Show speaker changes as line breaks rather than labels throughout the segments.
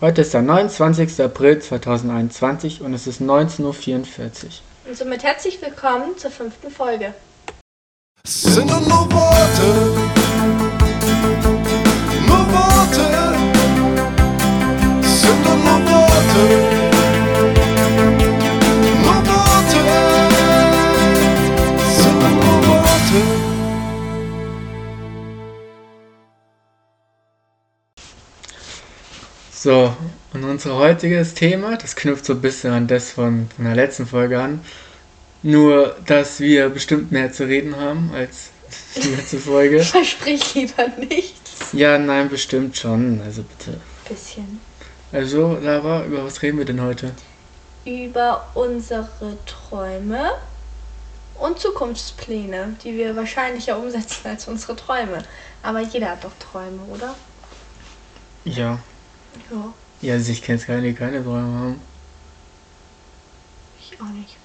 Heute ist der 29. April 2021 und es ist 19.44 Uhr.
Und somit herzlich willkommen zur fünften Folge.
Es sind nur, nur Worte. Nur Worte. Es sind nur, nur Worte. Nur Worte. Es sind nur, nur Worte.
So, und unser heutiges Thema, das knüpft so ein bisschen an das von, von der letzten Folge an. Nur, dass wir bestimmt mehr zu reden haben als die letzte Folge.
Versprich lieber nichts.
Ja, nein, bestimmt schon. Also bitte.
Bisschen.
Also, Lara, über was reden wir denn heute?
Über unsere Träume und Zukunftspläne, die wir wahrscheinlicher umsetzen als unsere Träume. Aber jeder hat doch Träume, oder?
Ja.
Ja,
Ja, also ich kenne keine, die keine Träume haben.
ich auch nicht.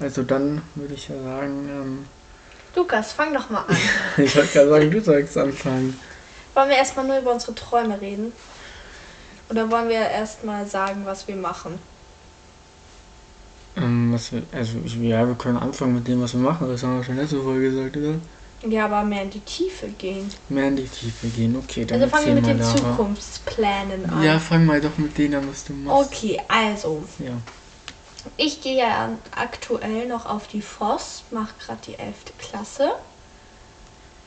Also dann würde ich ja sagen, ähm,
Lukas, fang doch mal an.
ich wollte gerade sagen, du sollst anfangen.
Wollen wir erstmal nur über unsere Träume reden? Oder wollen wir erstmal sagen, was wir machen?
Ähm, was wir, also ich, ja, wir können anfangen mit dem, was wir machen. Das haben wir schon letzte Folge gesagt, oder?
Ja, aber mehr in die Tiefe gehen.
Mehr in die Tiefe gehen. Okay, dann
Also fangen wir mit
erzähl
den
mal, Lara.
Zukunftsplänen an.
Ja, fang mal doch mit denen an, was du machst.
Okay, also,
Ja.
ich gehe ja an- aktuell noch auf die Voss, mache gerade die 11. Klasse.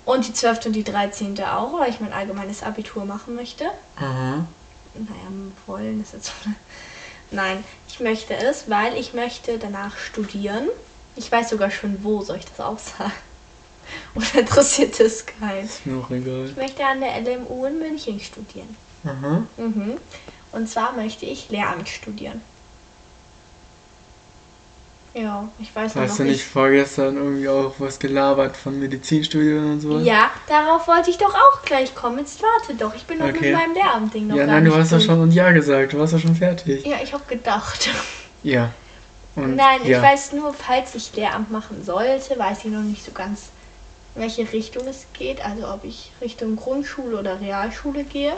Und die 12. und die 13. auch, weil ich mein allgemeines Abitur machen möchte.
Aha.
Naja, wollen ist jetzt. Nein, ich möchte es, weil ich möchte danach studieren. Ich weiß sogar schon wo, soll ich das auch sagen? Oder interessiert es keinen?
Ist mir auch egal.
Ich möchte an der LMU in München studieren.
Aha.
Mhm. Und zwar möchte ich Lehramt studieren. Ja, ich weiß nur
Hast
noch
du nicht vorgestern irgendwie auch was gelabert von Medizinstudien und sowas?
Ich, ja, darauf wollte ich doch auch gleich kommen. Jetzt warte doch, ich bin noch
Okay.
mit meinem Lehramtding noch
Ja,
gar
nein, du
nicht
hast doch
durch.
schon ein Ja gesagt. Du warst doch schon fertig.
Ja, ich habe gedacht.
Ja. Und
Nein,
ja.
ich weiß nur, falls ich Lehramt machen sollte, weiß ich noch nicht so ganz, in welche Richtung es geht. Also ob ich Richtung Grundschule oder Realschule gehe.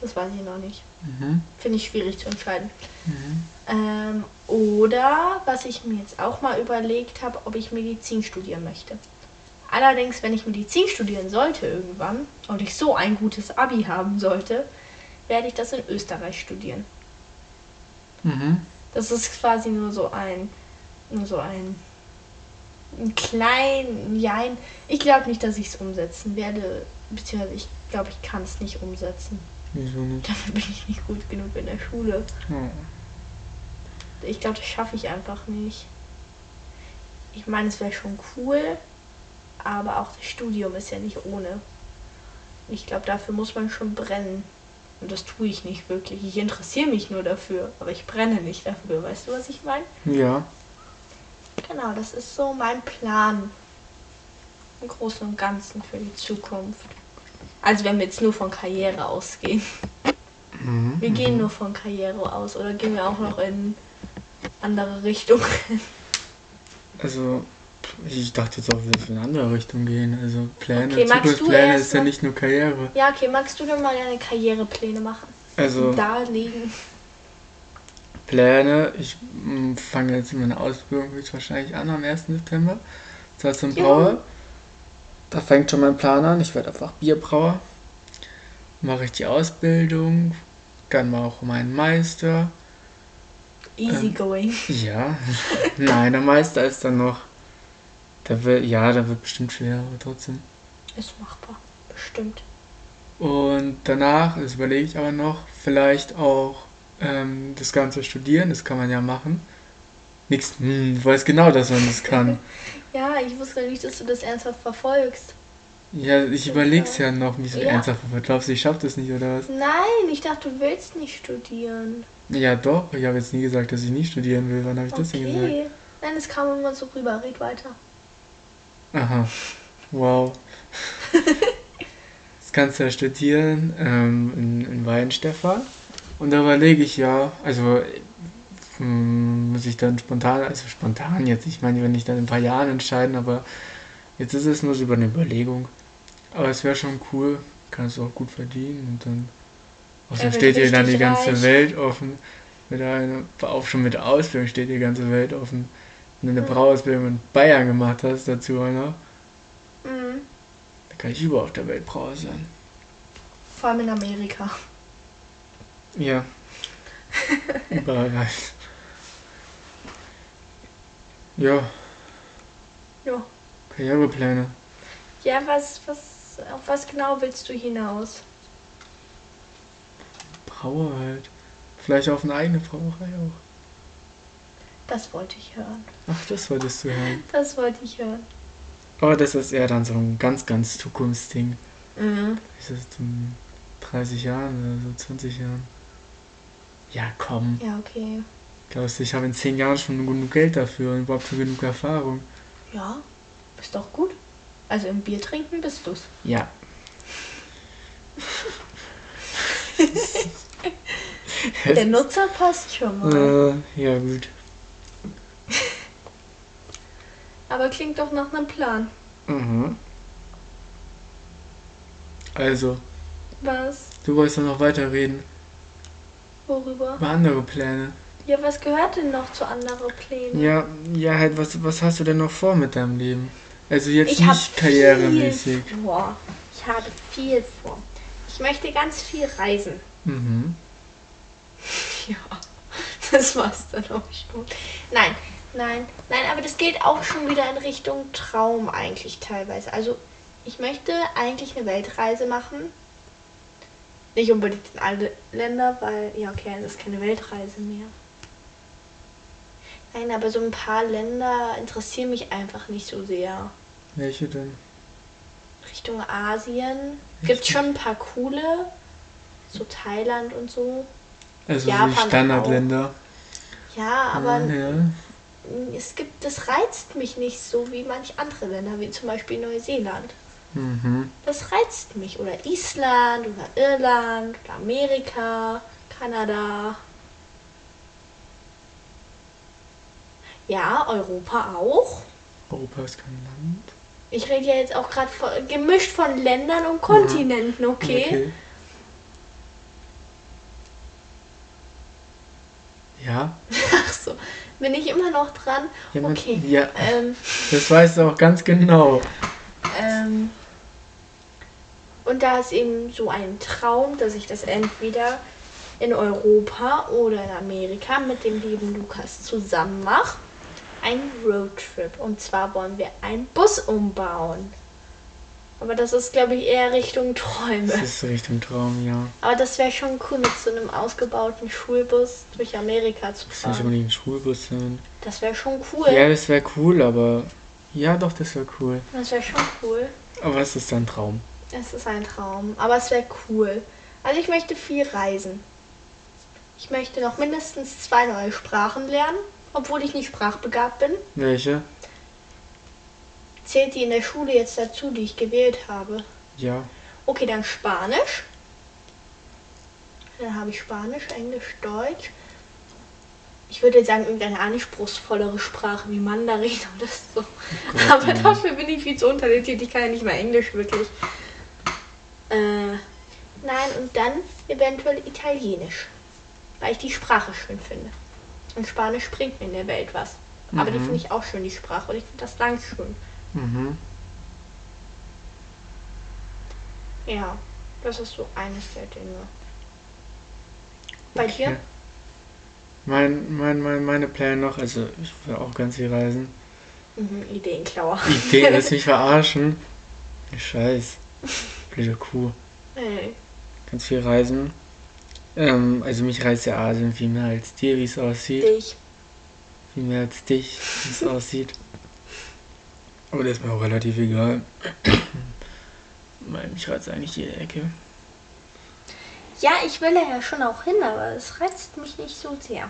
Das weiß ich noch nicht.
Mhm.
Finde ich schwierig zu entscheiden.
Mhm.
Ähm, oder was ich mir jetzt auch mal überlegt habe, ob ich Medizin studieren möchte. Allerdings, wenn ich Medizin studieren sollte irgendwann und ich so ein gutes Abi haben sollte, werde ich das in Österreich studieren.
Mhm.
Das ist quasi nur so ein, nur so ein, ein klein, jein. Ich glaube nicht, dass ich es umsetzen werde, beziehungsweise ich glaube, ich kann es nicht umsetzen.
Wieso nicht?
Dafür bin ich nicht gut genug in der Schule.
Oh.
Ich glaube, das schaffe ich einfach nicht. Ich meine, es wäre schon cool, aber auch das Studium ist ja nicht ohne. Ich glaube, dafür muss man schon brennen. Und das tue ich nicht wirklich. Ich interessiere mich nur dafür, aber ich brenne nicht dafür. Weißt du, was ich meine?
Ja.
Genau, das ist so mein Plan. Im Großen und Ganzen für die Zukunft. Also wenn wir jetzt nur von Karriere ausgehen.
Mhm.
Wir gehen nur von Karriere aus oder gehen wir auch noch in andere Richtungen.
Also, ich dachte jetzt auch, wir würden in eine andere Richtung gehen. Also, Pläne,
Okay, magst du
Zukunftspläne
erst
ist ja
mal-
nicht nur Karriere.
Ja, okay, magst du denn mal deine Karrierepläne machen?
Also,
Darlegen.
Pläne, ich mm, fange jetzt meine Ausbildung höchstwahrscheinlich an am 1. September. Zwar zum
Juhu.
Brauer. Da fängt schon mein Plan an. Ich werde einfach Bierbrauer. Mache ich die Ausbildung. Dann mache ich meinen Meister. Ähm.
Easy going.
Ja, nein, der Meister ist dann noch. Der wird, ja, der wird bestimmt schwer, aber trotzdem.
Ist machbar. Bestimmt.
Und danach, das überlege ich aber noch, vielleicht auch ähm, das Ganze studieren, das kann man ja machen. Nix, hm, ich weiß genau, dass man das kann.
Ja, ich wusste nicht, dass du das ernsthaft verfolgst.
Ja, ich überleg's ja noch, wie so
Ja.
ernsthaft. aber Glaubst du, ich schaff das nicht, oder was?
Nein, ich dachte, du willst nicht studieren.
Ja, doch, ich habe jetzt nie gesagt, dass ich nie studieren will. Wann habe ich das denn gesagt?
Okay. Nein, es kam immer so rüber. Red weiter.
Aha, wow. Jetzt kannst du ja studieren ähm, in, in Weihenstephan. Und da überlege ich ja, also äh, hm, muss ich dann spontan, also spontan jetzt, ich meine, wenn ich dann in ein paar Jahren entscheiden, aber jetzt ist es nur so über eine Überlegung. Aber es wäre schon cool, kannst du auch gut verdienen und dann Außerdem
Er wird
steht dir dann die
richtig
ganze
reich.
Welt offen. Mit einer, auch schon mit der Ausbildung steht die ganze Welt offen. Wenn du eine Brauausbildung in Bayern gemacht hast, dazu auch noch,
Mhm.
dann kann ich überall auf der Welt Brauer sein.
Vor allem in Amerika.
Ja. überall halt. reich. Ja,
Ja.
Karrierepläne.
Ja, was, was, auf was genau willst du hinaus?
Brauer halt. Vielleicht auf eine eigene Brauerei auch.
Das wollte ich hören.
Ach, das wolltest du hören.
Das wollte ich hören.
Aber das ist eher dann so ein ganz, ganz Zukunftsding.
Mhm.
Ist das in 30 Jahren oder so, 20 Jahren? Ja, komm.
Ja, okay.
Glaubst du, ich habe in 10 Jahren schon genug Geld dafür und überhaupt schon genug Erfahrung?
Ja, ist doch gut. Also im Bier trinken bist du's.
Ja.
Der Nutzer passt schon mal.
äh, ja, gut.
Aber klingt doch nach einem Plan.
Mhm. Also,
Was?
du wolltest doch noch weiterreden
Worüber?
über andere Pläne.
Ja, was gehört denn noch zu anderen Plänen?
Ja, ja, halt, was, was hast du denn noch vor mit deinem Leben? Also jetzt
Ich habe
nicht karrieremäßig.
viel vor. Ich habe viel vor. Ich möchte ganz viel reisen.
Mhm.
Ja, das war's dann auch schon. Nein, nein, nein, aber das geht auch schon wieder in Richtung Traum eigentlich teilweise. Also ich möchte eigentlich eine Weltreise machen. Nicht unbedingt in alle Länder, weil, ja okay, das ist keine Weltreise mehr. Nein, aber so ein paar Länder interessieren mich einfach nicht so sehr.
Welche denn?
Richtung Asien gibt schon ein paar coole, so Thailand und so.
Also
Japan
so die Standardländer.
Ja, aber
ja.
es gibt, das reizt mich nicht so wie manch andere Länder, wie zum Beispiel Neuseeland.
Mhm.
Das reizt mich. Oder Island, oder Irland, oder Amerika, Kanada. Ja, Europa auch.
Europa ist kein Land.
Ich rede ja jetzt auch gerade von- gemischt von Ländern und Kontinenten, okay?
Ja,
Ach so, bin ich immer noch dran?
jemand,
okay.
ja,
Ähm,
das weißt du auch ganz genau.
Ähm, und da ist eben so ein Traum, dass ich das entweder in Europa oder in Amerika mit dem lieben Lukas zusammen mache. Ein Roadtrip. Und zwar wollen wir einen Bus umbauen. Aber das ist, glaube ich, eher Richtung
Das
Träume.
ist Richtung Traum, ja.
Aber das wäre schon cool, mit so einem ausgebauten Schulbus durch Amerika
Das
zu
muss nicht
fahren.
unbedingt ein Schulbus sein.
Das wäre schon cool.
Ja, das wäre cool, aber. Ja, doch, das wäre cool.
Das wäre schon cool.
Aber es ist ein Traum.
Es ist ein Traum, aber es wäre cool. Also ich möchte viel reisen. Ich möchte noch mindestens zwei neue Sprachen lernen, obwohl ich nicht sprachbegabt bin.
Welche?
Zählt die in der Schule jetzt dazu, die ich gewählt habe?
Ja.
Okay, dann Spanisch. Dann habe ich Spanisch, Englisch, Deutsch. Ich würde sagen, irgendeine anspruchsvollere Sprache wie Mandarin oder so.
Gott,
Aber
nein.
dafür bin ich viel zu untalentiert. Ich kann ja nicht mal Englisch wirklich. Äh, nein, und dann eventuell Italienisch. Weil ich die Sprache schön finde. Und Spanisch bringt mir in der Welt was. Aber die finde ich auch schön, die Sprache. Und ich finde das Land schön.
Mhm.
Ja, das ist so eines der Dinge. Bei dir?
Mein, mein, mein, meine Pläne noch, also ich will auch ganz viel reisen.
Mhm, Ideenklauer.
Ideen lässt mich verarschen. Scheiß. Blöde Kuh.
Ey,
Ganz viel reisen. Ähm, also mich reizt ja Asien viel mehr als dir, wie es aussieht.
dich.
Viel mehr als dich, wie es aussieht. Aber das ist mir auch relativ egal. Weil mich reizt eigentlich jede Ecke.
Ja, ich will ja schon auch hin, aber es reizt mich nicht so sehr.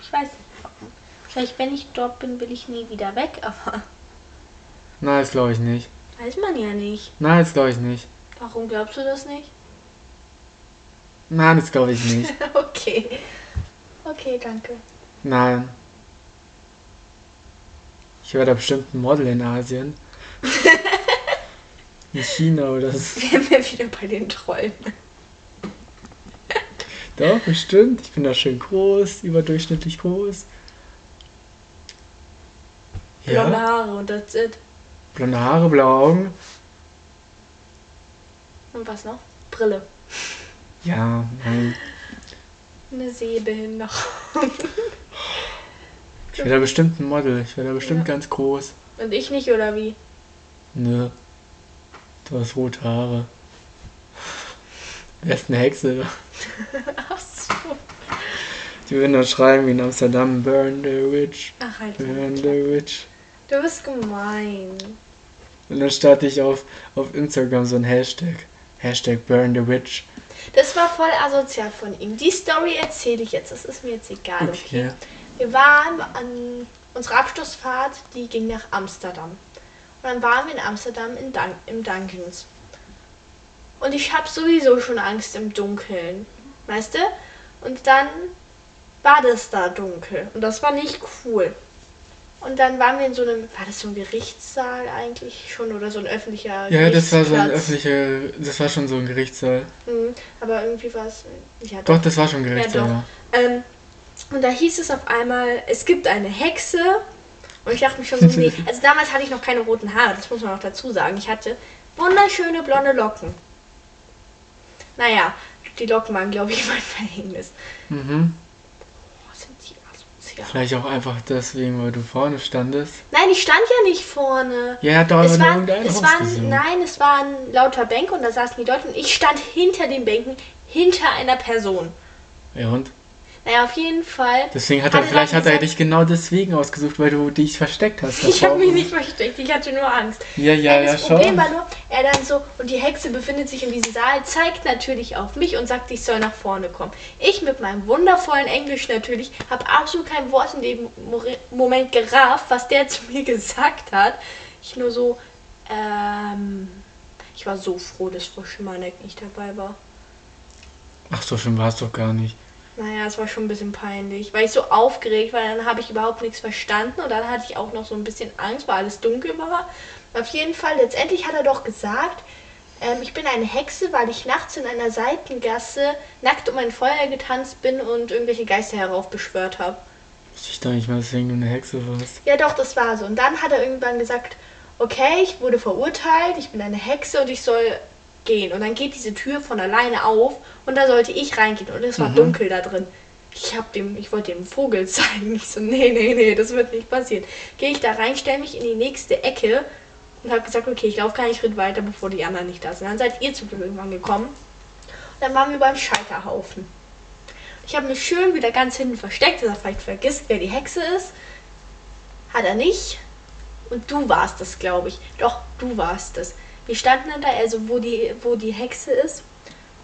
Ich weiß nicht warum. Vielleicht, wenn ich dort bin, will ich nie wieder weg, aber
Na, das glaube ich nicht.
weiß man ja nicht.
Na, das glaube ich nicht.
Warum glaubst du das nicht?
Nein, das glaube ich nicht.
okay. Okay, danke.
Nein. Ich werde bestimmt ein Model in Asien. In China oder so.
Wären wir wieder bei den Träumen.
Doch, bestimmt. Ich bin da schön groß, überdurchschnittlich groß.
Blonde
Ja,
Haare und that's it.
blonde Haare, blaue Augen.
Und was noch? Brille.
Ja, nein.
Eine Sehbehinderung.
Ich wäre da bestimmt ein Model. Ich wäre da bestimmt
Ja.
ganz groß.
Und ich nicht, oder wie?
Nö. Du hast rote Haare. Du wärst eine Hexe.
Ach so.
Die würden dann schreiben wie in Amsterdam: Burn the Witch,
Ach, halt.
burn the Witch.
Du bist gemein.
Und dann starte ich auf, auf Instagram so ein Hashtag. Hashtag Burn the Witch.
Das war voll asozial von ihm. Die Story erzähle ich jetzt. Ah, Das ist mir jetzt egal, okay?
Okay.
Wir waren an unserer Abschlussfahrt, die ging nach Amsterdam. Und dann waren wir in Amsterdam in Dun im Dungeons. Und ich habe sowieso schon Angst im Dunkeln. Weißt du? Und dann war das da dunkel. Und das war nicht cool. Und dann waren wir in so einem, war das so ein Gerichtssaal eigentlich schon oder so ein öffentlicher
Ja, das war so ein
Gerichtsplatz?
öffentlicher. Das war schon so ein Gerichtssaal.
Mhm, aber irgendwie war es. Ja,
Doch, das war schon ein
ja,
Gerichtssaal.
doch.
ja.
Ähm, und da hieß es auf einmal, es gibt eine Hexe. Und ich dachte mich schon so, nee. Also damals hatte ich noch keine roten Haare, das muss man noch dazu sagen. Ich hatte wunderschöne blonde Locken. Naja, die Locken waren, glaube ich, mein Verhängnis.
Mhm.
Boah, sind die asozial.
Vielleicht auch einfach deswegen, weil du vorne standest.
Nein, ich stand ja nicht vorne.
Ja, hat doch
Es
einfach nur
waren,
irgendeiner
es waren,
rausgesucht.
nein, es waren lauter Bänke und da saßen die Leute und ich stand hinter den Bänken, hinter einer Person.
Ja, und?
Naja, auf jeden Fall.
Deswegen hat er,
Hatte dann
vielleicht hat er
gesagt-
dich genau deswegen ausgesucht, weil du dich versteckt hast.
Ich
davor.
habe mich nicht versteckt, ich hatte nur Angst.
Ja, ja,
Nein,
ja,
das Problem
schon.
war nur, er dann so, und die Hexe befindet sich in diesem Saal, zeigt natürlich auf mich und sagt, ich soll nach vorne kommen. Ich mit meinem wundervollen Englisch natürlich habe absolut kein Wort in dem Mo- Moment gerafft, was der zu mir gesagt hat. Ich nur so, ähm, ich war so froh, dass Frau Schimanek nicht dabei war.
Ach, so schlimm war es doch gar nicht.
Naja, es war schon ein bisschen peinlich, weil ich so aufgeregt war, dann habe ich überhaupt nichts verstanden und dann hatte ich auch noch so ein bisschen Angst, weil alles dunkel war. Auf jeden Fall, letztendlich hat er doch gesagt, ähm, ich bin eine Hexe, weil ich nachts in einer Seitengasse nackt um ein Feuer getanzt bin und irgendwelche Geister heraufbeschwört habe.
Wusste ich doch nicht mal, deswegen du eine Hexe warst.
Ja, doch, das war so. Und dann hat er irgendwann gesagt, okay, ich wurde verurteilt, ich bin eine Hexe und ich soll gehen. Und dann geht diese Tür von alleine auf und da sollte ich reingehen. Und es war
Mhm.
dunkel da drin. Ich hab dem, ich wollte dem Vogel zeigen. Ich so, nee, nee, nee, das wird nicht passieren. Gehe ich da rein, stelle mich in die nächste Ecke und habe gesagt, okay, ich laufe keinen Schritt weiter, bevor die anderen nicht da sind. Dann seid ihr zum Glück irgendwann gekommen. Und dann waren wir beim Scheiterhaufen. Ich habe mich schön wieder ganz hinten versteckt, dass er vielleicht vergisst, wer die Hexe ist. Hat er nicht. Und du warst es, glaube ich. Doch, du warst es. Wir standen dann da, also wo die, wo die Hexe ist.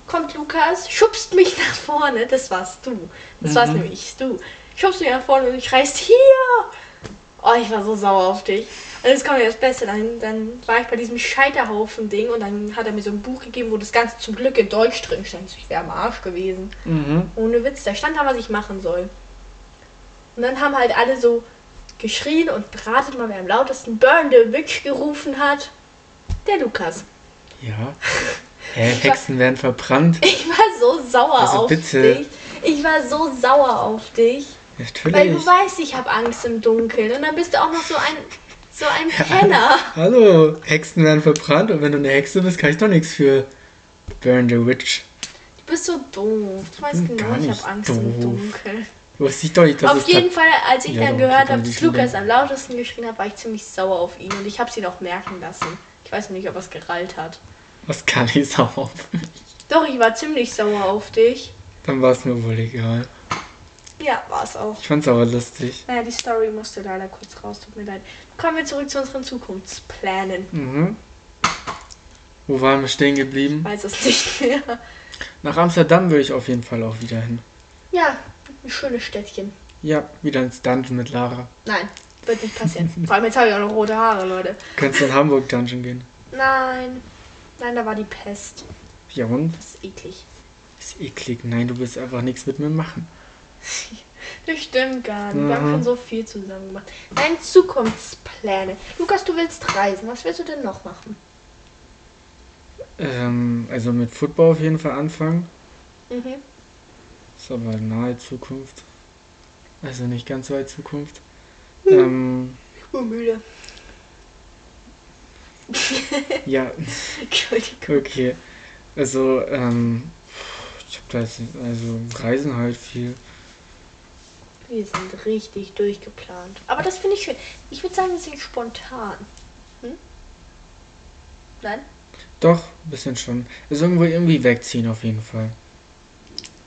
Kommt Lukas, schubst mich nach vorne. Das warst du. Das warst
Mhm.
nämlich du. Schubst mich nach vorne und ich reißt hier. Oh, ich war so sauer auf dich. Und jetzt kommt ja das Beste. Dann, dann war ich bei diesem Scheiterhaufen-Ding und dann hat er mir so ein Buch gegeben, wo das Ganze zum Glück in Deutsch drin stand. Ich wäre am Arsch gewesen.
Mhm.
Ohne Witz, da stand da, was ich machen soll. Und dann haben halt alle so geschrien und beratet mal, wer am lautesten Burn the Witch gerufen hat. Der Lukas.
Ja. Hä, Hexen werden verbrannt.
Ich war so sauer
Also
auf
bitte.
dich. Ich war so sauer auf dich. Weil
Natürlich.
du weißt, ich habe Angst im Dunkeln. Und dann bist du auch noch so ein, so ein Penner.
Hallo, Hexen werden verbrannt und wenn du eine Hexe bist, kann ich doch nichts für. Burn the Witch.
Du bist so doof. Du weißt
bin
genau,
gar
ich
nicht
habe Angst
doof.
im Dunkeln.
Wusste ich doch nicht, dass es
auf jeden
da-
Fall, als ich
Ja,
dann
doch,
gehört
kann
habe,
ich
dass Lukas
wieder-
am lautesten geschrien hat, war ich ziemlich sauer auf ihn und ich habe es ihn auch merken lassen. Ich weiß nicht, ob er es gerallt hat.
Was kann ich sauer?
Doch, ich war ziemlich sauer auf dich.
Dann war es mir wohl egal.
Ja, war es auch.
Ich fand's aber lustig.
Naja, die Story musste leider kurz raus, tut mir leid. Kommen wir zurück zu unseren Zukunftsplänen.
Mhm. Wo waren wir stehen geblieben?
Weiß es nicht mehr.
Nach Amsterdam würde ich auf jeden Fall auch wieder hin.
Ja, ein schönes Städtchen.
Ja, wieder ins Dungeon mit Lara.
Nein, wird nicht passieren. Vor allem jetzt habe ich auch noch rote Haare, Leute.
Kannst du in Hamburg Dungeon gehen?
Nein. Nein, da war die Pest.
Ja und?
Das ist eklig.
Ist eklig. Nein, du willst einfach nichts mit mir machen.
Das stimmt gar nicht. Wir haben
Mhm.
schon so viel zusammen gemacht. Deine Zukunftspläne. Lukas, du willst reisen. Was willst du denn noch machen?
Ähm, also mit Football auf jeden Fall anfangen.
Mhm.
Ist aber nahe Zukunft. Also nicht ganz weit Zukunft. Ähm,
Ich bin müde.
ja,
Entschuldigung.
okay. Also, ähm, ich hab da jetzt, also Reisen halt viel.
Wir sind richtig durchgeplant. Aber das finde ich schön. Ich würde sagen, wir sind spontan. Hm? Nein?
Doch, ein bisschen schon. Also irgendwo irgendwie wegziehen auf jeden Fall.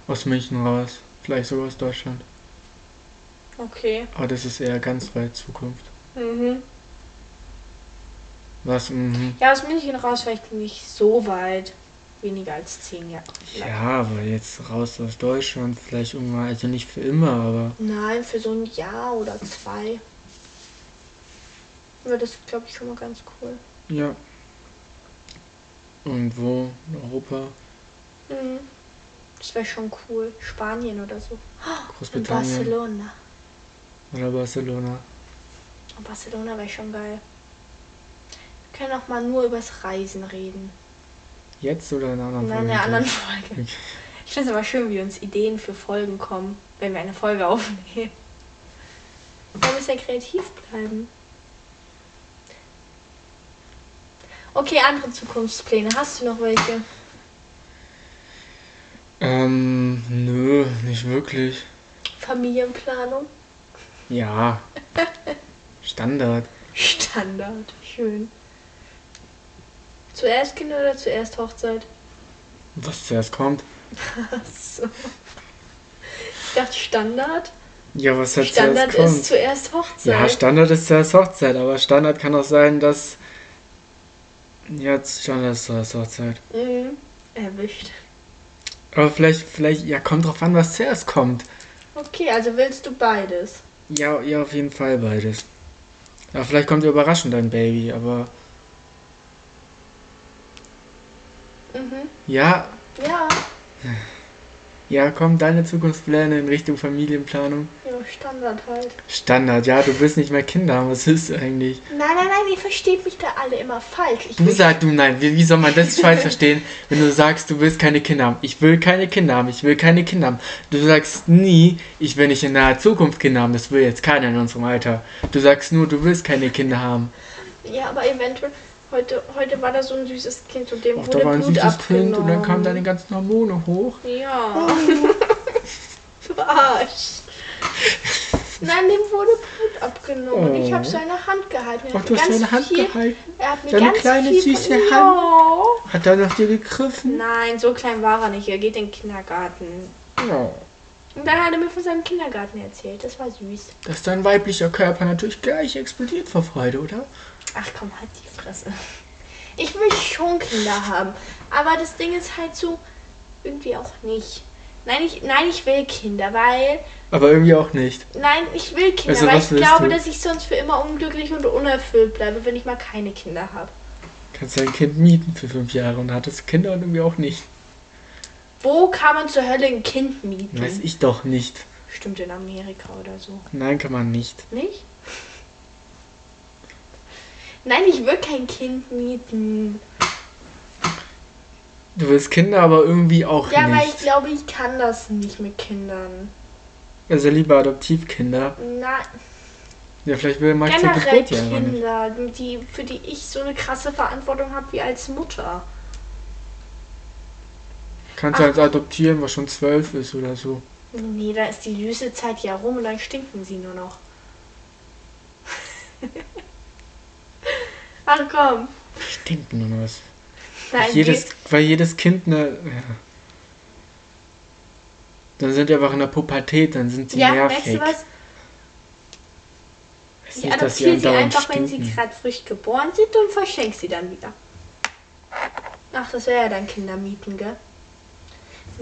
Aus München raus. Vielleicht sogar aus Deutschland.
Okay.
Aber das ist eher ganz weit Zukunft.
Mhm.
Was? Mhm.
Ja, aus München raus vielleicht nicht so weit. Weniger als zehn Jahre.
Ja, aber jetzt raus aus Deutschland. Vielleicht irgendwann, also nicht für immer, aber
Nein, für so ein Jahr oder zwei. Wäre das, glaube ich, schon mal ganz cool.
ja. Irgendwo in Europa,
Mhm. Das wäre schon cool. Spanien oder so. Und
Großbritannien
Barcelona.
oder Barcelona.
Und Barcelona wäre schon geil. Wir können auch mal nur übers Reisen reden.
Jetzt oder in einer anderen
In einer anderen
Folge?
Folge.
Okay.
Ich finde es aber schön, wie uns Ideen für Folgen kommen, wenn wir eine Folge aufnehmen. Wir müssen ja kreativ bleiben. Okay, andere Zukunftspläne. Hast du noch welche?
Ähm, nö, nicht wirklich.
Familienplanung?
Ja. Standard.
Standard. Schön. Zuerst Kinder oder zuerst Hochzeit?
Was zuerst kommt.
Achso. Ich dachte Standard.
Ja, was halt
Standard
zuerst kommt.
ist zuerst Hochzeit.
Ja, Standard ist zuerst Hochzeit, aber Standard kann auch sein, dass. Ja, Standard ist zuerst Hochzeit.
mhm. Erwischt.
Aber vielleicht, vielleicht, ja, kommt drauf an, was zuerst kommt.
Okay, also willst du beides?
Ja, ja, auf jeden Fall beides. Ja, vielleicht kommt ja überraschend ein Baby, aber.
Mhm.
Ja,
Ja,
ja, kommen deine Zukunftspläne in Richtung Familienplanung?
ja, Standard halt.
Standard, ja, du willst nicht mehr Kinder haben, was ist eigentlich?
Nein, nein, nein, ihr versteht mich da alle immer falsch. Ich
Du
will,
sagst, du, nein, wie, wie soll man das falsch verstehen, wenn du sagst, du willst keine Kinder haben? Ich will keine Kinder haben, ich will keine Kinder haben. Du sagst nie, ich will nicht in naher Zukunft Kinder haben, das will jetzt keiner in unserem Alter. Du sagst nur, du willst keine Kinder haben.
ja, aber eventuell, heute, heute war da so ein süßes Kind und dem
Ach,
wurde
da war ein
Blut
süßes
abgenommen.
Kind und dann kamen deine ganzen Hormone hoch.
Ja. du Arsch. Nein, dem wurde Blut abgenommen und ich habe
Oh.
seine Hand gehalten. Er
Ach,
hat
du
mir
hast
ganz
deine Hand
viel,
gehalten.
Er hat mir
Deine
ganz
kleine,
viel
süße Hand.
Ja.
Hat er nach dir gegriffen?
Nein, so klein war er nicht. Er geht in den Kindergarten.
Ja.
Und dann hat er mir von seinem Kindergarten erzählt. Das war süß.
Dass dein weiblicher Körper natürlich gleich explodiert vor Freude, oder?
Ach komm, halt die Fresse. Ich will schon Kinder haben. Aber das Ding ist halt so, irgendwie auch nicht. Nein, ich, nein, ich will Kinder, weil.
Aber irgendwie auch nicht.
Nein, ich will Kinder,
Also,
weil
was
ich
willst
glaube,
du?
dass ich sonst für immer unglücklich und unerfüllt bleibe, wenn ich mal keine Kinder habe.
Kannst dein Kind mieten für fünf Jahre und hattest Kinder und irgendwie auch nicht.
Wo kann man zur Hölle ein Kind mieten?
Weiß ich doch nicht.
Stimmt in Amerika oder so.
Nein, kann man nicht.
Nicht? Nein, ich will kein Kind mieten.
Du willst Kinder, aber irgendwie auch
Ja, weil ich
nicht.
glaube, ich kann das nicht mit Kindern.
Also lieber Adoptivkinder.
Nein.
Ja, vielleicht will Max die
generell
Geburt ja aber nicht.
Kinder, die, für die ich so eine krasse Verantwortung habe wie als Mutter.
Kannst du als adoptieren, was schon zwölf ist oder so.
Nee, da ist die süße Zeit ja rum und dann stinken sie nur noch. Ach komm.
Stinkt nur was.
Nein,
jedes,
die-
weil jedes Kind eine. Ja. Dann sind die einfach in der Pubertät, dann sind sie
ja, weißt
nervig.
du was?
Weiß nicht, dass
Ich
sie
adoptiere sie
andauernd
einfach, wenn sie
stinken.
gerade frisch geboren sind und verschenke sie dann wieder. Ach, das wäre ja dann Kindermieten, gell?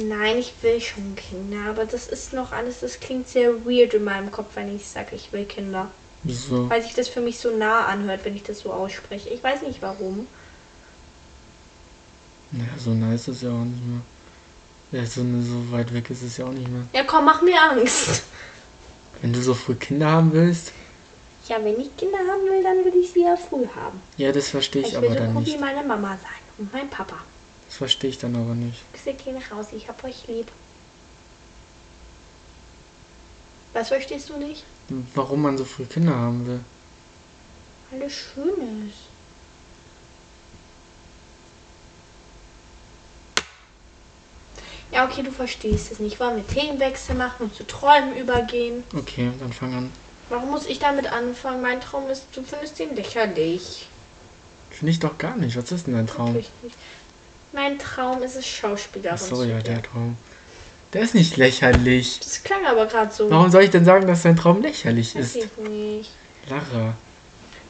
Nein, ich will schon Kinder, aber das ist noch alles, das klingt sehr weird in meinem Kopf, wenn ich sage, ich will Kinder.
Wieso?
Weil sich das für mich so nah anhört, wenn ich das so ausspreche. Ich weiß nicht warum.
Naja, so nice ist ja auch nicht mehr. Ja, so, so weit weg ist es ja auch nicht mehr.
Ja, komm, mach mir Angst.
Wenn du so früh Kinder haben willst,
Ja, wenn ich Kinder haben will, dann will ich sie ja früh haben.
ja, das verstehe ich,
Ich, will
aber
so
dann
gut wie
nicht.
meine Mama sein und mein Papa.
Das verstehe ich dann aber nicht.
Küsse gehen raus, ich hab euch lieb. Was verstehst du nicht?
Warum man so früh Kinder haben will.
Alles Schönes. Ja, okay, du verstehst es nicht. Wollen wir Themenwechsel machen und zu Träumen übergehen?
Okay, dann fang an.
Warum muss ich damit anfangen? Mein Traum ist, du findest ihn lächerlich.
Finde ich doch gar nicht. Was ist denn dein Traum?
Natürlich nicht. Mein Traum ist es, Schauspielerin
Achso,
zu
ja,
werden.
der Traum. Der ist nicht lächerlich.
Das klang aber gerade so.
Warum soll ich denn sagen, dass dein Traum lächerlich ist?
Weiß ich nicht.
Lara.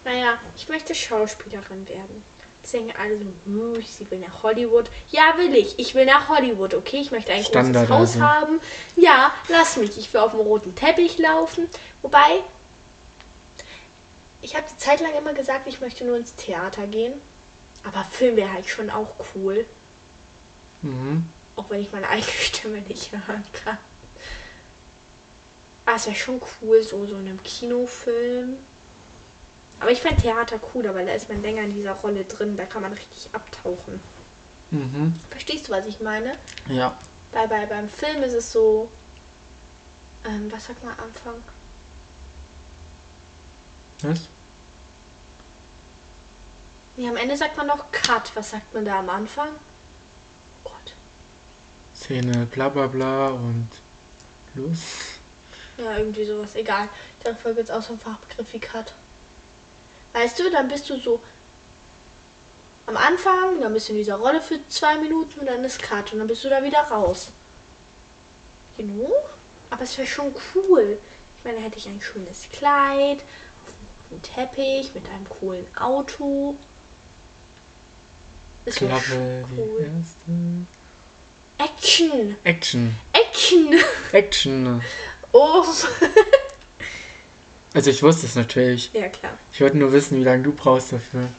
Naja, ich möchte Schauspielerin werden. Deswegen alle so, "Hm, sie will nach Hollywood. Ja, will ich. Ich will nach Hollywood, okay? Ich möchte ein
Standard
großes
also.
Haus haben. Ja, lass mich. Ich will auf dem roten Teppich laufen. Wobei, ich habe die Zeit lang immer gesagt, ich möchte nur ins Theater gehen. Aber Film wäre halt schon auch cool.
Mhm.
Auch wenn ich meine eigene Stimme nicht hören kann. Aber es wäre schon cool, so, so in einem Kinofilm. Aber ich fand Theater cooler, weil da ist man länger in dieser Rolle drin. Da kann man richtig abtauchen.
Mhm.
Verstehst du, was ich meine?
Ja.
Weil bei, beim Film ist es so. Ähm, was sagt man am Anfang?
Was?
Nee, am Ende sagt man noch Cut. Was sagt man da am Anfang? Oh Gott.
Szene, bla bla bla und los.
Ja, irgendwie sowas. Egal. Dann folgt jetzt auch so ein Fachbegriff wie Cut. Weißt du, dann bist du so am Anfang, dann bist du in dieser Rolle für zwei Minuten und dann ist Cut und dann bist du da wieder raus. You know? Aber es wäre schon cool. Ich meine, da hätte ich ein schönes Kleid, auf einem roten Teppich, mit einem coolen Auto. Es wäre
Klappe,
schon
die
cool.
erste.
Action!
Action.
Action!
Action.
Oh!
Also ich wusste es natürlich.
ja, klar.
Ich wollte nur wissen, wie lange du brauchst dafür.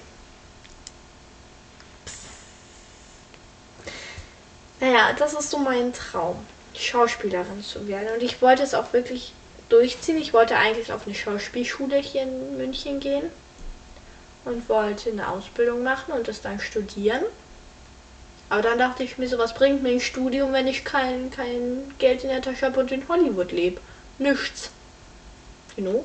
Naja, das ist so mein Traum, Schauspielerin zu werden. Und ich wollte es auch wirklich durchziehen. Ich wollte eigentlich auf eine Schauspielschule hier in München gehen und wollte eine Ausbildung machen und das dann studieren. Aber dann dachte ich mir, so was bringt mir ein Studium, wenn ich kein, kein Geld in der Tasche habe und in Hollywood lebe. Nichts. Genau. You know?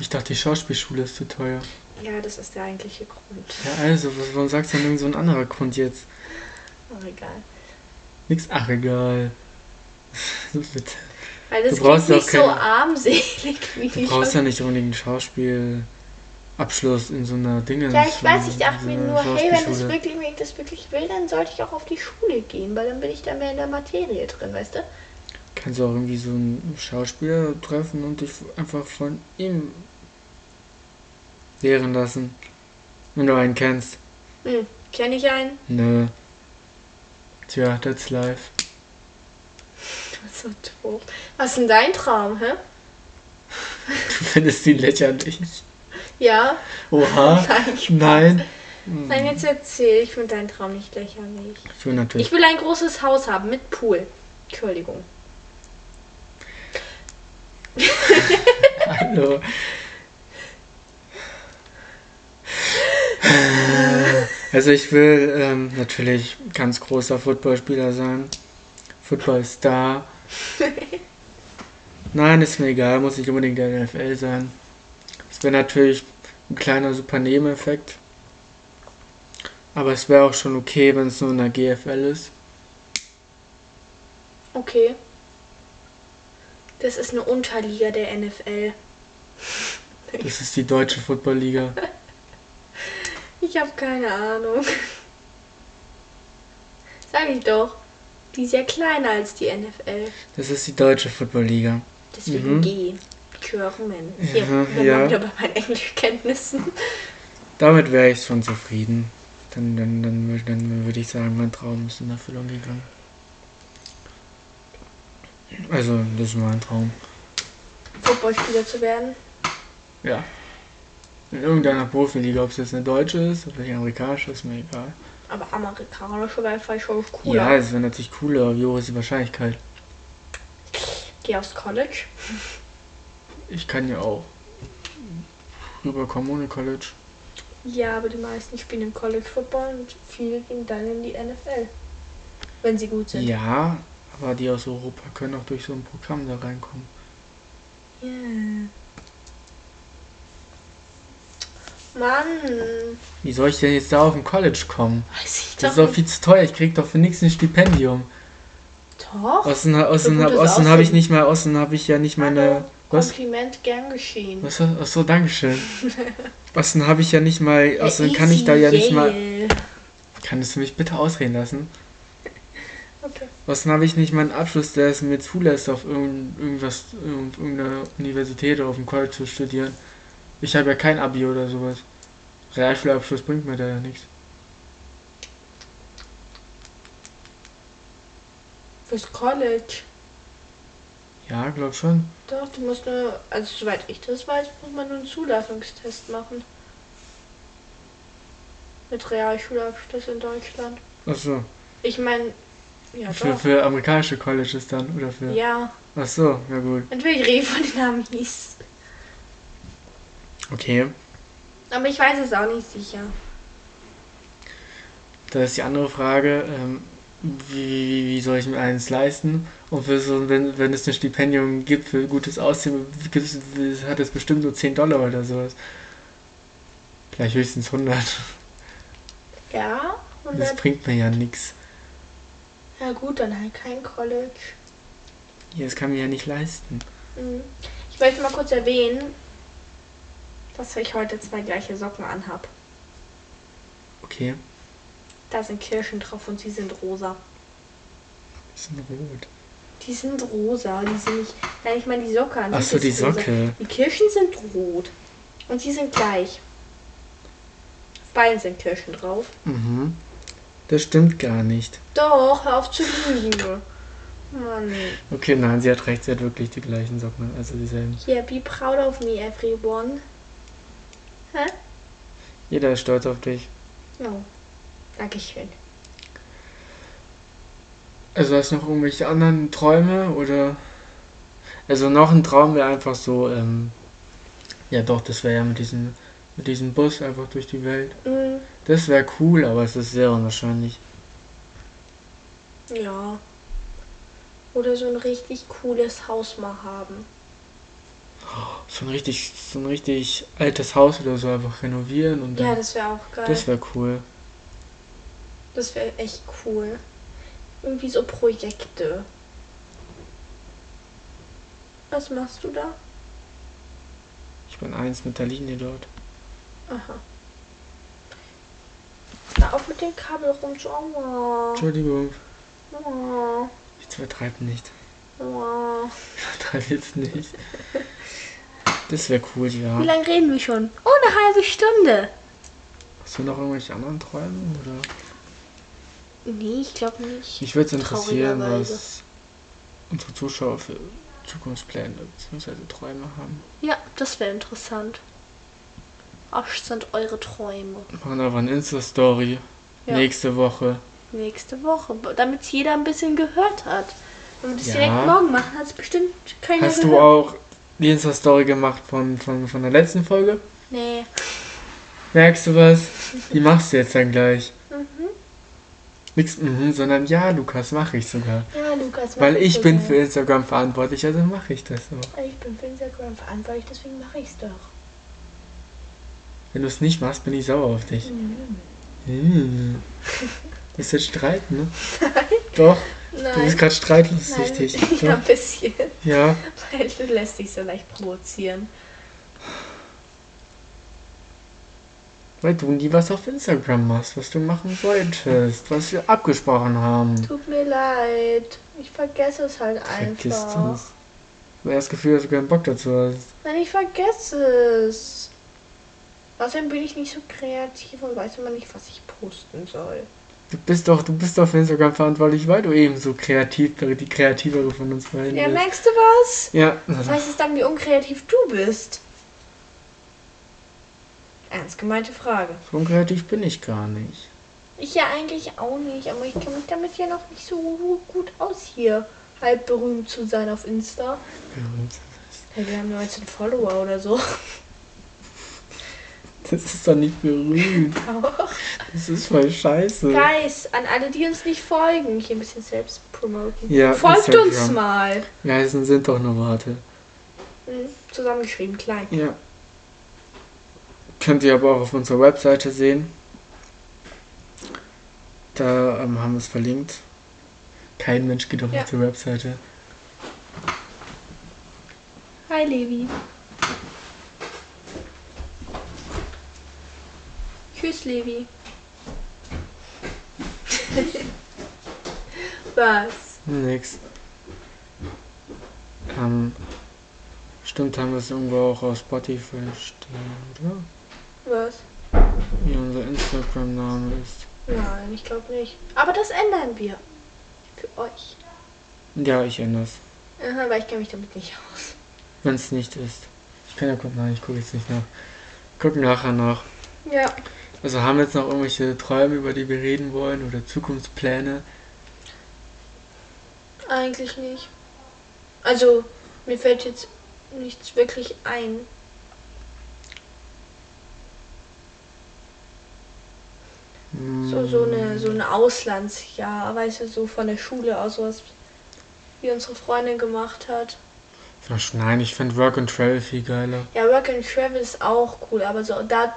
Ich dachte, die Schauspielschule ist zu teuer.
Ja, das ist der eigentliche Grund.
Ja, also, was- warum sagst du denn irgend so ein anderer Grund jetzt?
Aber egal.
Nix, ach egal. So bitte.
Weil das
Du brauchst
klingt nicht
doch
so
keine-
armselig wie
Du
die
brauchst ja nicht unbedingt einen Schauspielabschluss in so einer Dinge.
Ja, ich weiß, ich
in
dachte
so
mir
einer
nur, hey, wenn, das
Schauspielschule.
wirklich, wenn ich das wirklich will, dann sollte ich auch auf die Schule gehen, weil dann bin ich da mehr in der Materie drin, weißt du?
Kannst du auch irgendwie so einen Schauspieler treffen und dich einfach von ihm lehren lassen. Wenn du einen kennst.
Hm, kenne ich einen?
Nö. Tja, that's life.
So doof. Was ist denn dein Traum, hä?
Du findest ihn lächerlich.
Ja?
Oha.
Nein, Spaß.
Nein.
Nein, jetzt erzähl, ich finde deinen Traum nicht lächerlich.
Ich will natürlich.
Ich will ein großes Haus haben mit Pool. Entschuldigung.
Hallo. Äh, Also ich will ähm, natürlich ganz großer Footballspieler sein. Footballstar. Nein, ist mir egal, muss nicht unbedingt der NFL sein. Es wäre natürlich ein kleiner super Nebeneffekt. Aber es wäre auch schon okay, wenn es nur in der GFL ist.
Okay. Das ist eine Unterliga der NFL.
Das ist die deutsche Footballliga.
Ich habe keine Ahnung. Sag ich doch. Die ist ja kleiner als die NFL.
Das ist die deutsche Footballliga.
Deswegen
Mhm.
G. German. Hier,
Ja,
wenn
ja.
man wieder bei meinen Englischkenntnissen.
Damit wäre ich schon zufrieden. Dann, dann, dann, wür- dann würde ich sagen, mein Traum ist in Erfüllung gegangen. Also, das ist mein Traum.
Footballspieler zu werden.
Ja. In irgendeiner Profiliga, ob es jetzt eine deutsche ist oder die amerikanische, ist mir egal.
Aber amerikanische wäre vielleicht schon
Ja,
cooler.
es wäre natürlich cooler, aber wie hoch ist die Wahrscheinlichkeit?
Geh aufs College.
Ich kann ja auch rüberkommen ohne College.
Ja, aber die meisten spielen im College Football und viele gehen dann in die NFL. Wenn sie gut sind.
Ja, aber die aus Europa können auch durch so ein Programm da reinkommen.
Yeah. Mann,
Wie soll ich denn jetzt da auf ein College kommen?
weiß ich
Das ist
doch
doch
nicht.
viel zu teuer. Ich krieg doch für nichts ein Stipendium.
Doch.
Außen, außen,
gutes
außen habe ich
Aussehen.
nicht mal, außen habe ich ja
Ah,
nicht meine.
Hallo,
Was?
Kompliment gern geschehen.
Was? Achso, Dankeschön. Außen habe ich ja nicht mal.
Ja,
Außen kann ich da
easy,
ja nicht mal.
Yale.
Kannst du mich bitte ausreden lassen?
Okay.
Außen habe ich nicht mal einen Abschluss, der es mir zulässt, auf irgend, irgendwas, irgend- irgendeiner Universität oder auf dem College zu studieren. Ich habe ja kein Abi oder sowas. Realschulabschluss bringt mir da ja nichts.
Fürs College.
Ja, glaub schon.
Doch, du musst nur, also soweit ich das weiß, muss man nur einen Zulassungstest machen. Mit Realschulabschluss in Deutschland.
Achso.
Ich meine, ja
Für,
doch.
für amerikanische Colleges dann oder für.
Ja,
Ach so, ja gut.
natürlich rede ich von den Amis.
Okay,
Aber ich weiß es auch nicht sicher.
da ist die andere Frage, ähm, wie, wie, wie soll ich mir eins leisten? Und für so, wenn, wenn es ein Stipendium gibt für gutes Aussehen, gibt's, hat es bestimmt nur 10 Dollar oder sowas. Vielleicht höchstens 100.
Ja, und
Das
dann,
bringt mir ja nichts.
ja gut, dann halt kein College.
Ja, das kann mir ja nicht leisten.
Mhm. Ich möchte mal kurz erwähnen, dass ich heute zwei gleiche Socken anhab.
Okay,
Da sind Kirschen drauf und sie sind rosa.
bisschen rot.
Die sind rosa, die sind nicht. Nein, ich meine die Socke an.
Ach
sich
so, die
ist rosa.
Socke.
Die Kirschen sind rot. Und sie sind gleich. Auf beiden sind Kirschen drauf.
Mhm. Das stimmt gar nicht.
Doch, hör auf zu lügen. Mann.
Okay, nein, sie hat recht, sie hat wirklich die gleichen Socken, an, also dieselben.
Yeah, be proud of me, everyone. Hä?
Jeder ist stolz auf dich.
No. Dankeschön.
Also hast du noch irgendwelche anderen Träume oder? Also noch ein Traum wäre einfach so, ähm, ja doch, das wäre ja mit diesem, mit diesem Bus einfach durch die Welt.
Mm,
Das wäre cool, aber es ist sehr unwahrscheinlich.
ja. Oder so ein richtig cooles Haus mal haben.
So ein richtig, so ein richtig altes Haus oder so einfach renovieren und
Ja,
dann,
das wäre auch geil.
das wäre cool.
Das wäre echt cool. Irgendwie so Projekte. Was machst du da?
Ich bin eins mit der Linie dort.
Aha. Na, auf mit dem Kabel rum. Oh,
Entschuldigung,
oh,
ich übertreibe nicht.
oh.
Ich übertreibe jetzt nicht. Das wäre cool, ja.
Wie lange reden wir schon? Oh, eine halbe Stunde.
Hast du noch irgendwelche anderen Träume oder?
Nee, ich glaube nicht.
Mich würde es interessieren,
Traurigerweise.
was unsere Zuschauer für Zukunftspläne bzw. Träume haben.
Ja, das wäre interessant. Was sind eure Träume?
Wir machen einfach eine Insta-Story
Ja.
nächste Woche.
Nächste Woche, damit es jeder ein bisschen gehört hat. Wenn wir das
Ja.
direkt morgen machen, hat es bestimmt keiner
Hast du
gehört.
auch die Insta-Story gemacht von, von, von der letzten Folge?
Nee.
Merkst du was? Die machst du jetzt dann gleich.
Mhm.
Nichts, mhm, sondern ja, Lukas, mache ich sogar.
Ja, Lukas. mach
Weil
das
ich
so
bin
gerne.
für Instagram verantwortlich, also mache ich das auch.
Ich bin für Instagram verantwortlich, deswegen mache ich es doch.
Wenn du es nicht machst, bin ich sauer auf dich. Mhm. Ist jetzt Streit, ne? Doch, du bist
Nein.
gerade streitlustig.
ja, ein bisschen.
Ja,
Weil du lässt dich so leicht provozieren.
weil du nie was auf Instagram machst, was du machen wolltest, was wir abgesprochen haben.
Tut mir leid. Ich vergesse es halt
Vergiss
einfach.
das. Weil das Gefühl, dass du keinen Bock dazu hast.
Nein, ich vergesse es. Außerdem bin ich nicht so kreativ und weiß immer nicht, was ich posten soll.
Du bist doch, du bist doch für Instagram verantwortlich, weil du eben so kreativ, die kreativere von uns beiden
Ja,
bist.
merkst du was?
Ja,
Das heißt es dann, wie unkreativ du bist? Ernst gemeinte Frage.
so unkreativ bin ich gar nicht.
Ich ja eigentlich auch nicht, aber ich kenne mich damit ja noch nicht so gut aus hier. Halb berühmt zu sein auf Insta. Hey, wir haben 19 Follower oder so.
Das ist doch nicht berühmt. Das ist voll scheiße.
Oh, Guys, an alle, die uns nicht folgen, hier ein bisschen selbst promoten.
Ja,
Folgt
Instagram.
uns mal.
Geißen sind doch nur Worte.
Mhm. Zusammengeschrieben, klein.
Ja. Könnt ihr aber auch auf unserer Webseite sehen. Da ähm, haben wir es verlinkt. Kein Mensch geht auf
Ja.
unsere Webseite.
Hi Levi. Tschüss Levi. Was?
Nix. Ähm, stimmt, haben wir es irgendwo auch auf Spotify stehen, oder?
Was?
Wie unser Instagram-Name ist.
Nein, ich glaube nicht. Aber das ändern wir. Für euch.
Ja, ich ändere es.
Aha, weil ich kenne mich damit nicht aus.
Wenn es nicht ist. Ich kann ja gucken, nein, ich gucke jetzt nicht nach. Gucken nachher noch.
Ja.
Also haben wir jetzt noch irgendwelche Träume, über die wir reden wollen oder Zukunftspläne?
Eigentlich nicht. Also, mir fällt jetzt nichts wirklich ein. So, so, eine, so ein Auslandsjahr, weißt du, so von der Schule aus, was wie unsere Freundin gemacht hat.
Ach, nein, ich finde Work and Travel viel geiler.
Ja, Work and Travel ist auch cool, aber so da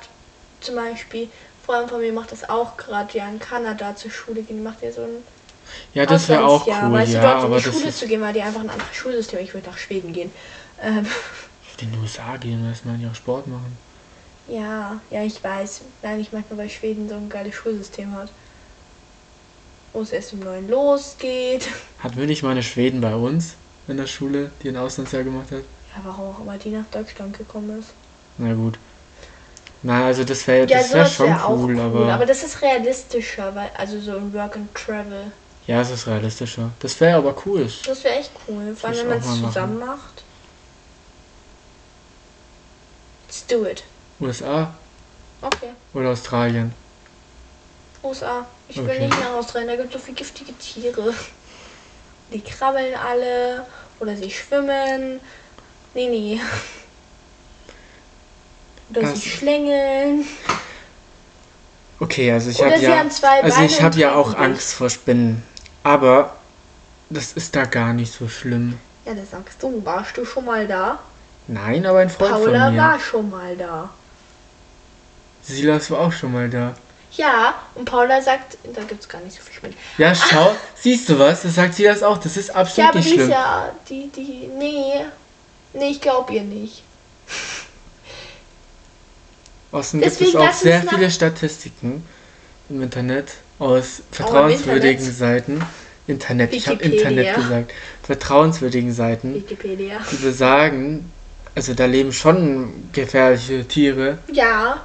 zum Beispiel, Freundin von mir macht das auch gerade, ja, in Kanada zur Schule gehen, die macht ja so ein
Ja, das wäre auch
Auslandsjahr,
cool,
weißt
ja,
du, dort in
aber
die
das
Schule
ist
zu gehen, weil die einfach ein anderes Schulsystem, ich würde nach Schweden gehen. Ähm,
in den USA gehen, da man ja auch Sport machen.
Ja, ja, ich weiß. Nein, ich mag nur, weil Schweden so ein geiles Schulsystem hat. Wo es erst um neun losgeht.
Hatten wir nicht mal eine Schweden bei uns in der Schule, die ein Auslandsjahr gemacht hat?
Ja, warum auch immer die nach Deutschland gekommen ist.
Na gut. Na, also das wäre
Ja,
das wär
sowas
schon
wäre auch
cool,
cool,
aber,
aber das ist realistischer, weil also so ein Work and Travel.
ja, es ist realistischer. Das wäre aber cool.
Das wäre echt cool, vor allem
ich
wenn
auch
man es
mal
zusammen macht. Let's do it.
USA
Okay.
oder Australien?
USA. Ich
Okay.
will nicht nach Australien, da gibt es so viele giftige Tiere. Die krabbeln alle oder sie schwimmen. Nee, nee. Oder
Das-
sie schlängeln.
Okay, also ich
Oder
habe
sie
ja,
haben zwei
also
Beine
ich
und
habe ja auch
treten durch.
Angst vor Spinnen, aber das ist da gar nicht so schlimm.
Ja, das sagst du. Warst du schon mal da?
Nein, aber ein Freund
Paula
von mir.
war schon mal da.
Silas war auch schon mal da.
Ja, und Paula sagt, da gibt es gar nicht so viel Spinnen.
Ja, schau, siehst du was? Das sagt Silas auch. Das ist
Ja,
absolut
aber
nicht
die ist
schlimm.
ja, die, die, nee. Nee, ich glaub ihr nicht.
Außerdem gibt es
Deswegen
auch
lass uns
sehr
nach-
viele Statistiken im Internet aus
Oh, Internet?
vertrauenswürdigen Seiten. Internet, ich habe
Wikipedia.
Internet gesagt. Vertrauenswürdigen Seiten,
Wikipedia.
die besagen, also da leben schon gefährliche Tiere,
Ja,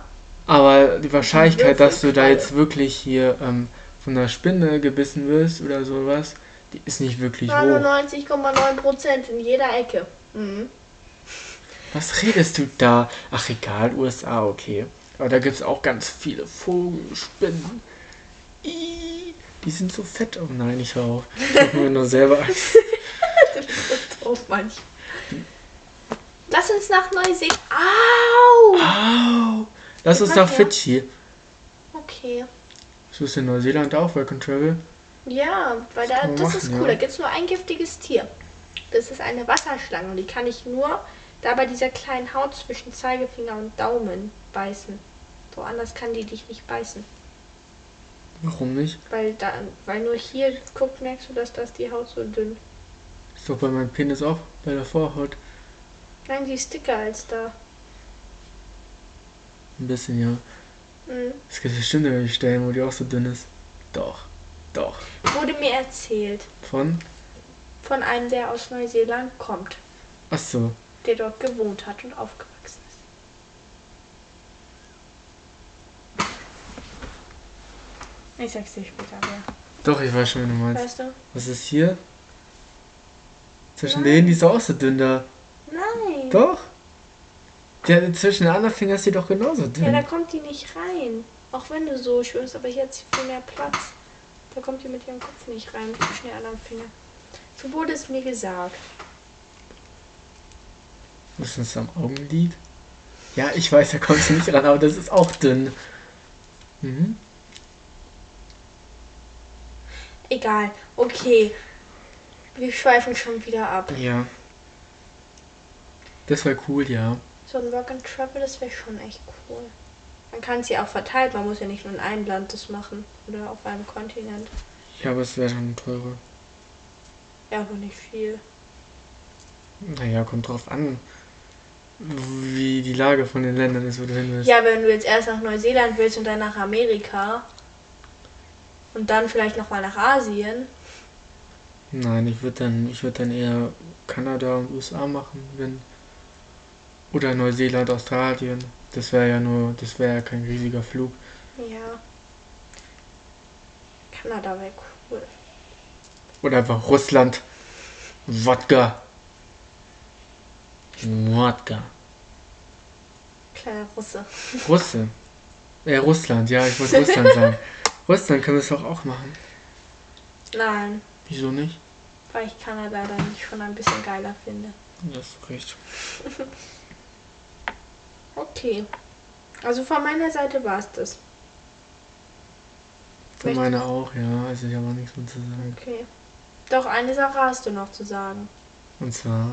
aber die Wahrscheinlichkeit, dass du da
Würfelqualle.
jetzt wirklich hier ähm, von einer Spinne gebissen wirst oder sowas, die ist nicht wirklich hoch.
99,9 Prozent in jeder Ecke. Mhm.
Was redest du da? Ach egal, USA, okay. Aber da gibt es auch ganz viele Vogelspinnen. Ih, die sind so fett. Oh nein, ich hör auf. Ich hab mir nur selber Angst.
Oh Mann. Lass uns nach Neuseeland. Au!
Au! Lass uns nach Fidschi.
Okay.
Das ist in Neuseeland auch Work and Travel.
Ja, weil da,
kann man
das ist
machen,
cool.
ja.
Da gibt es nur ein giftiges Tier. Das ist eine Wasserschlange und die kann ich nur da bei dieser kleinen Haut zwischen Zeigefinger und Daumen beißen. Woanders kann die dich nicht beißen.
Warum nicht?
Weil, da, weil nur hier guckt, merkst du, dass das die Haut so dünn.
Ist doch bei meinem Penis auch, bei der Vorhaut.
Nein, die ist dicker als da.
Ein bisschen, ja.
Mhm.
Es gibt bestimmt irgendwelche Stellen, wo die auch so dünn ist. Doch. Doch.
Wurde mir erzählt.
Von?
von einem, der aus Neuseeland kommt,
Ach so.
der dort gewohnt hat und aufgewachsen ist. Ich sag's dir später mehr.
Doch, ich weiß schon, wie du meinst.
Weißt du?
Was ist hier? Zwischen denen, die ist doch auch so dünn da.
Nein!
Doch. Der, zwischen den anderen Fingern ist die doch genauso
Ja, da
dünn.
kommt die nicht rein. Auch wenn du so schwimmst, aber hier hat sie viel mehr Platz. Da kommt die mit ihrem Kopf nicht rein, zwischen den anderen Fingern. So wurde es mir gesagt.
Was ist das am Augenlid? Ja, ich weiß, da kommst du nicht ran, aber das ist auch dünn. Mhm.
Egal. Okay. Wir schweifen schon wieder ab.
Ja. Das wäre cool, ja.
So ein Rock and Travel, das wäre schon echt cool. Man kann es ja auch verteilt, man muss ja nicht nur in einem Land das machen oder auf einem Kontinent.
Ja, aber es wäre schon teurer.
Ja, aber nicht viel.
Naja, kommt drauf an, wie die Lage von den Ländern ist, wo du hin willst.
Ja, wenn du jetzt erst nach Neuseeland willst und dann nach Amerika und dann vielleicht nochmal nach Asien.
Nein, ich würde dann, ich würd dann eher Kanada und USA machen, wenn. Oder Neuseeland, Australien. Das wäre ja nur, das wäre ja kein riesiger Flug.
Ja. Kanada wäre cool.
Oder einfach Russland. Wodka. Wodka.
Kleiner Russe.
Russe. Äh, Russland, ja, ich wollte Russland sagen. Russland kann das doch auch machen.
Nein,
Wieso nicht?
weil ich Kanada dann schon ein bisschen geiler finde.
Das ist recht.
Okay. Also von meiner Seite war es das.
Von
Möchtest-
meiner auch, ja. Also ich habe auch nichts mehr zu sagen.
Okay. Doch, eine Sache hast du noch zu sagen.
Und zwar,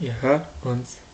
ihr hört uns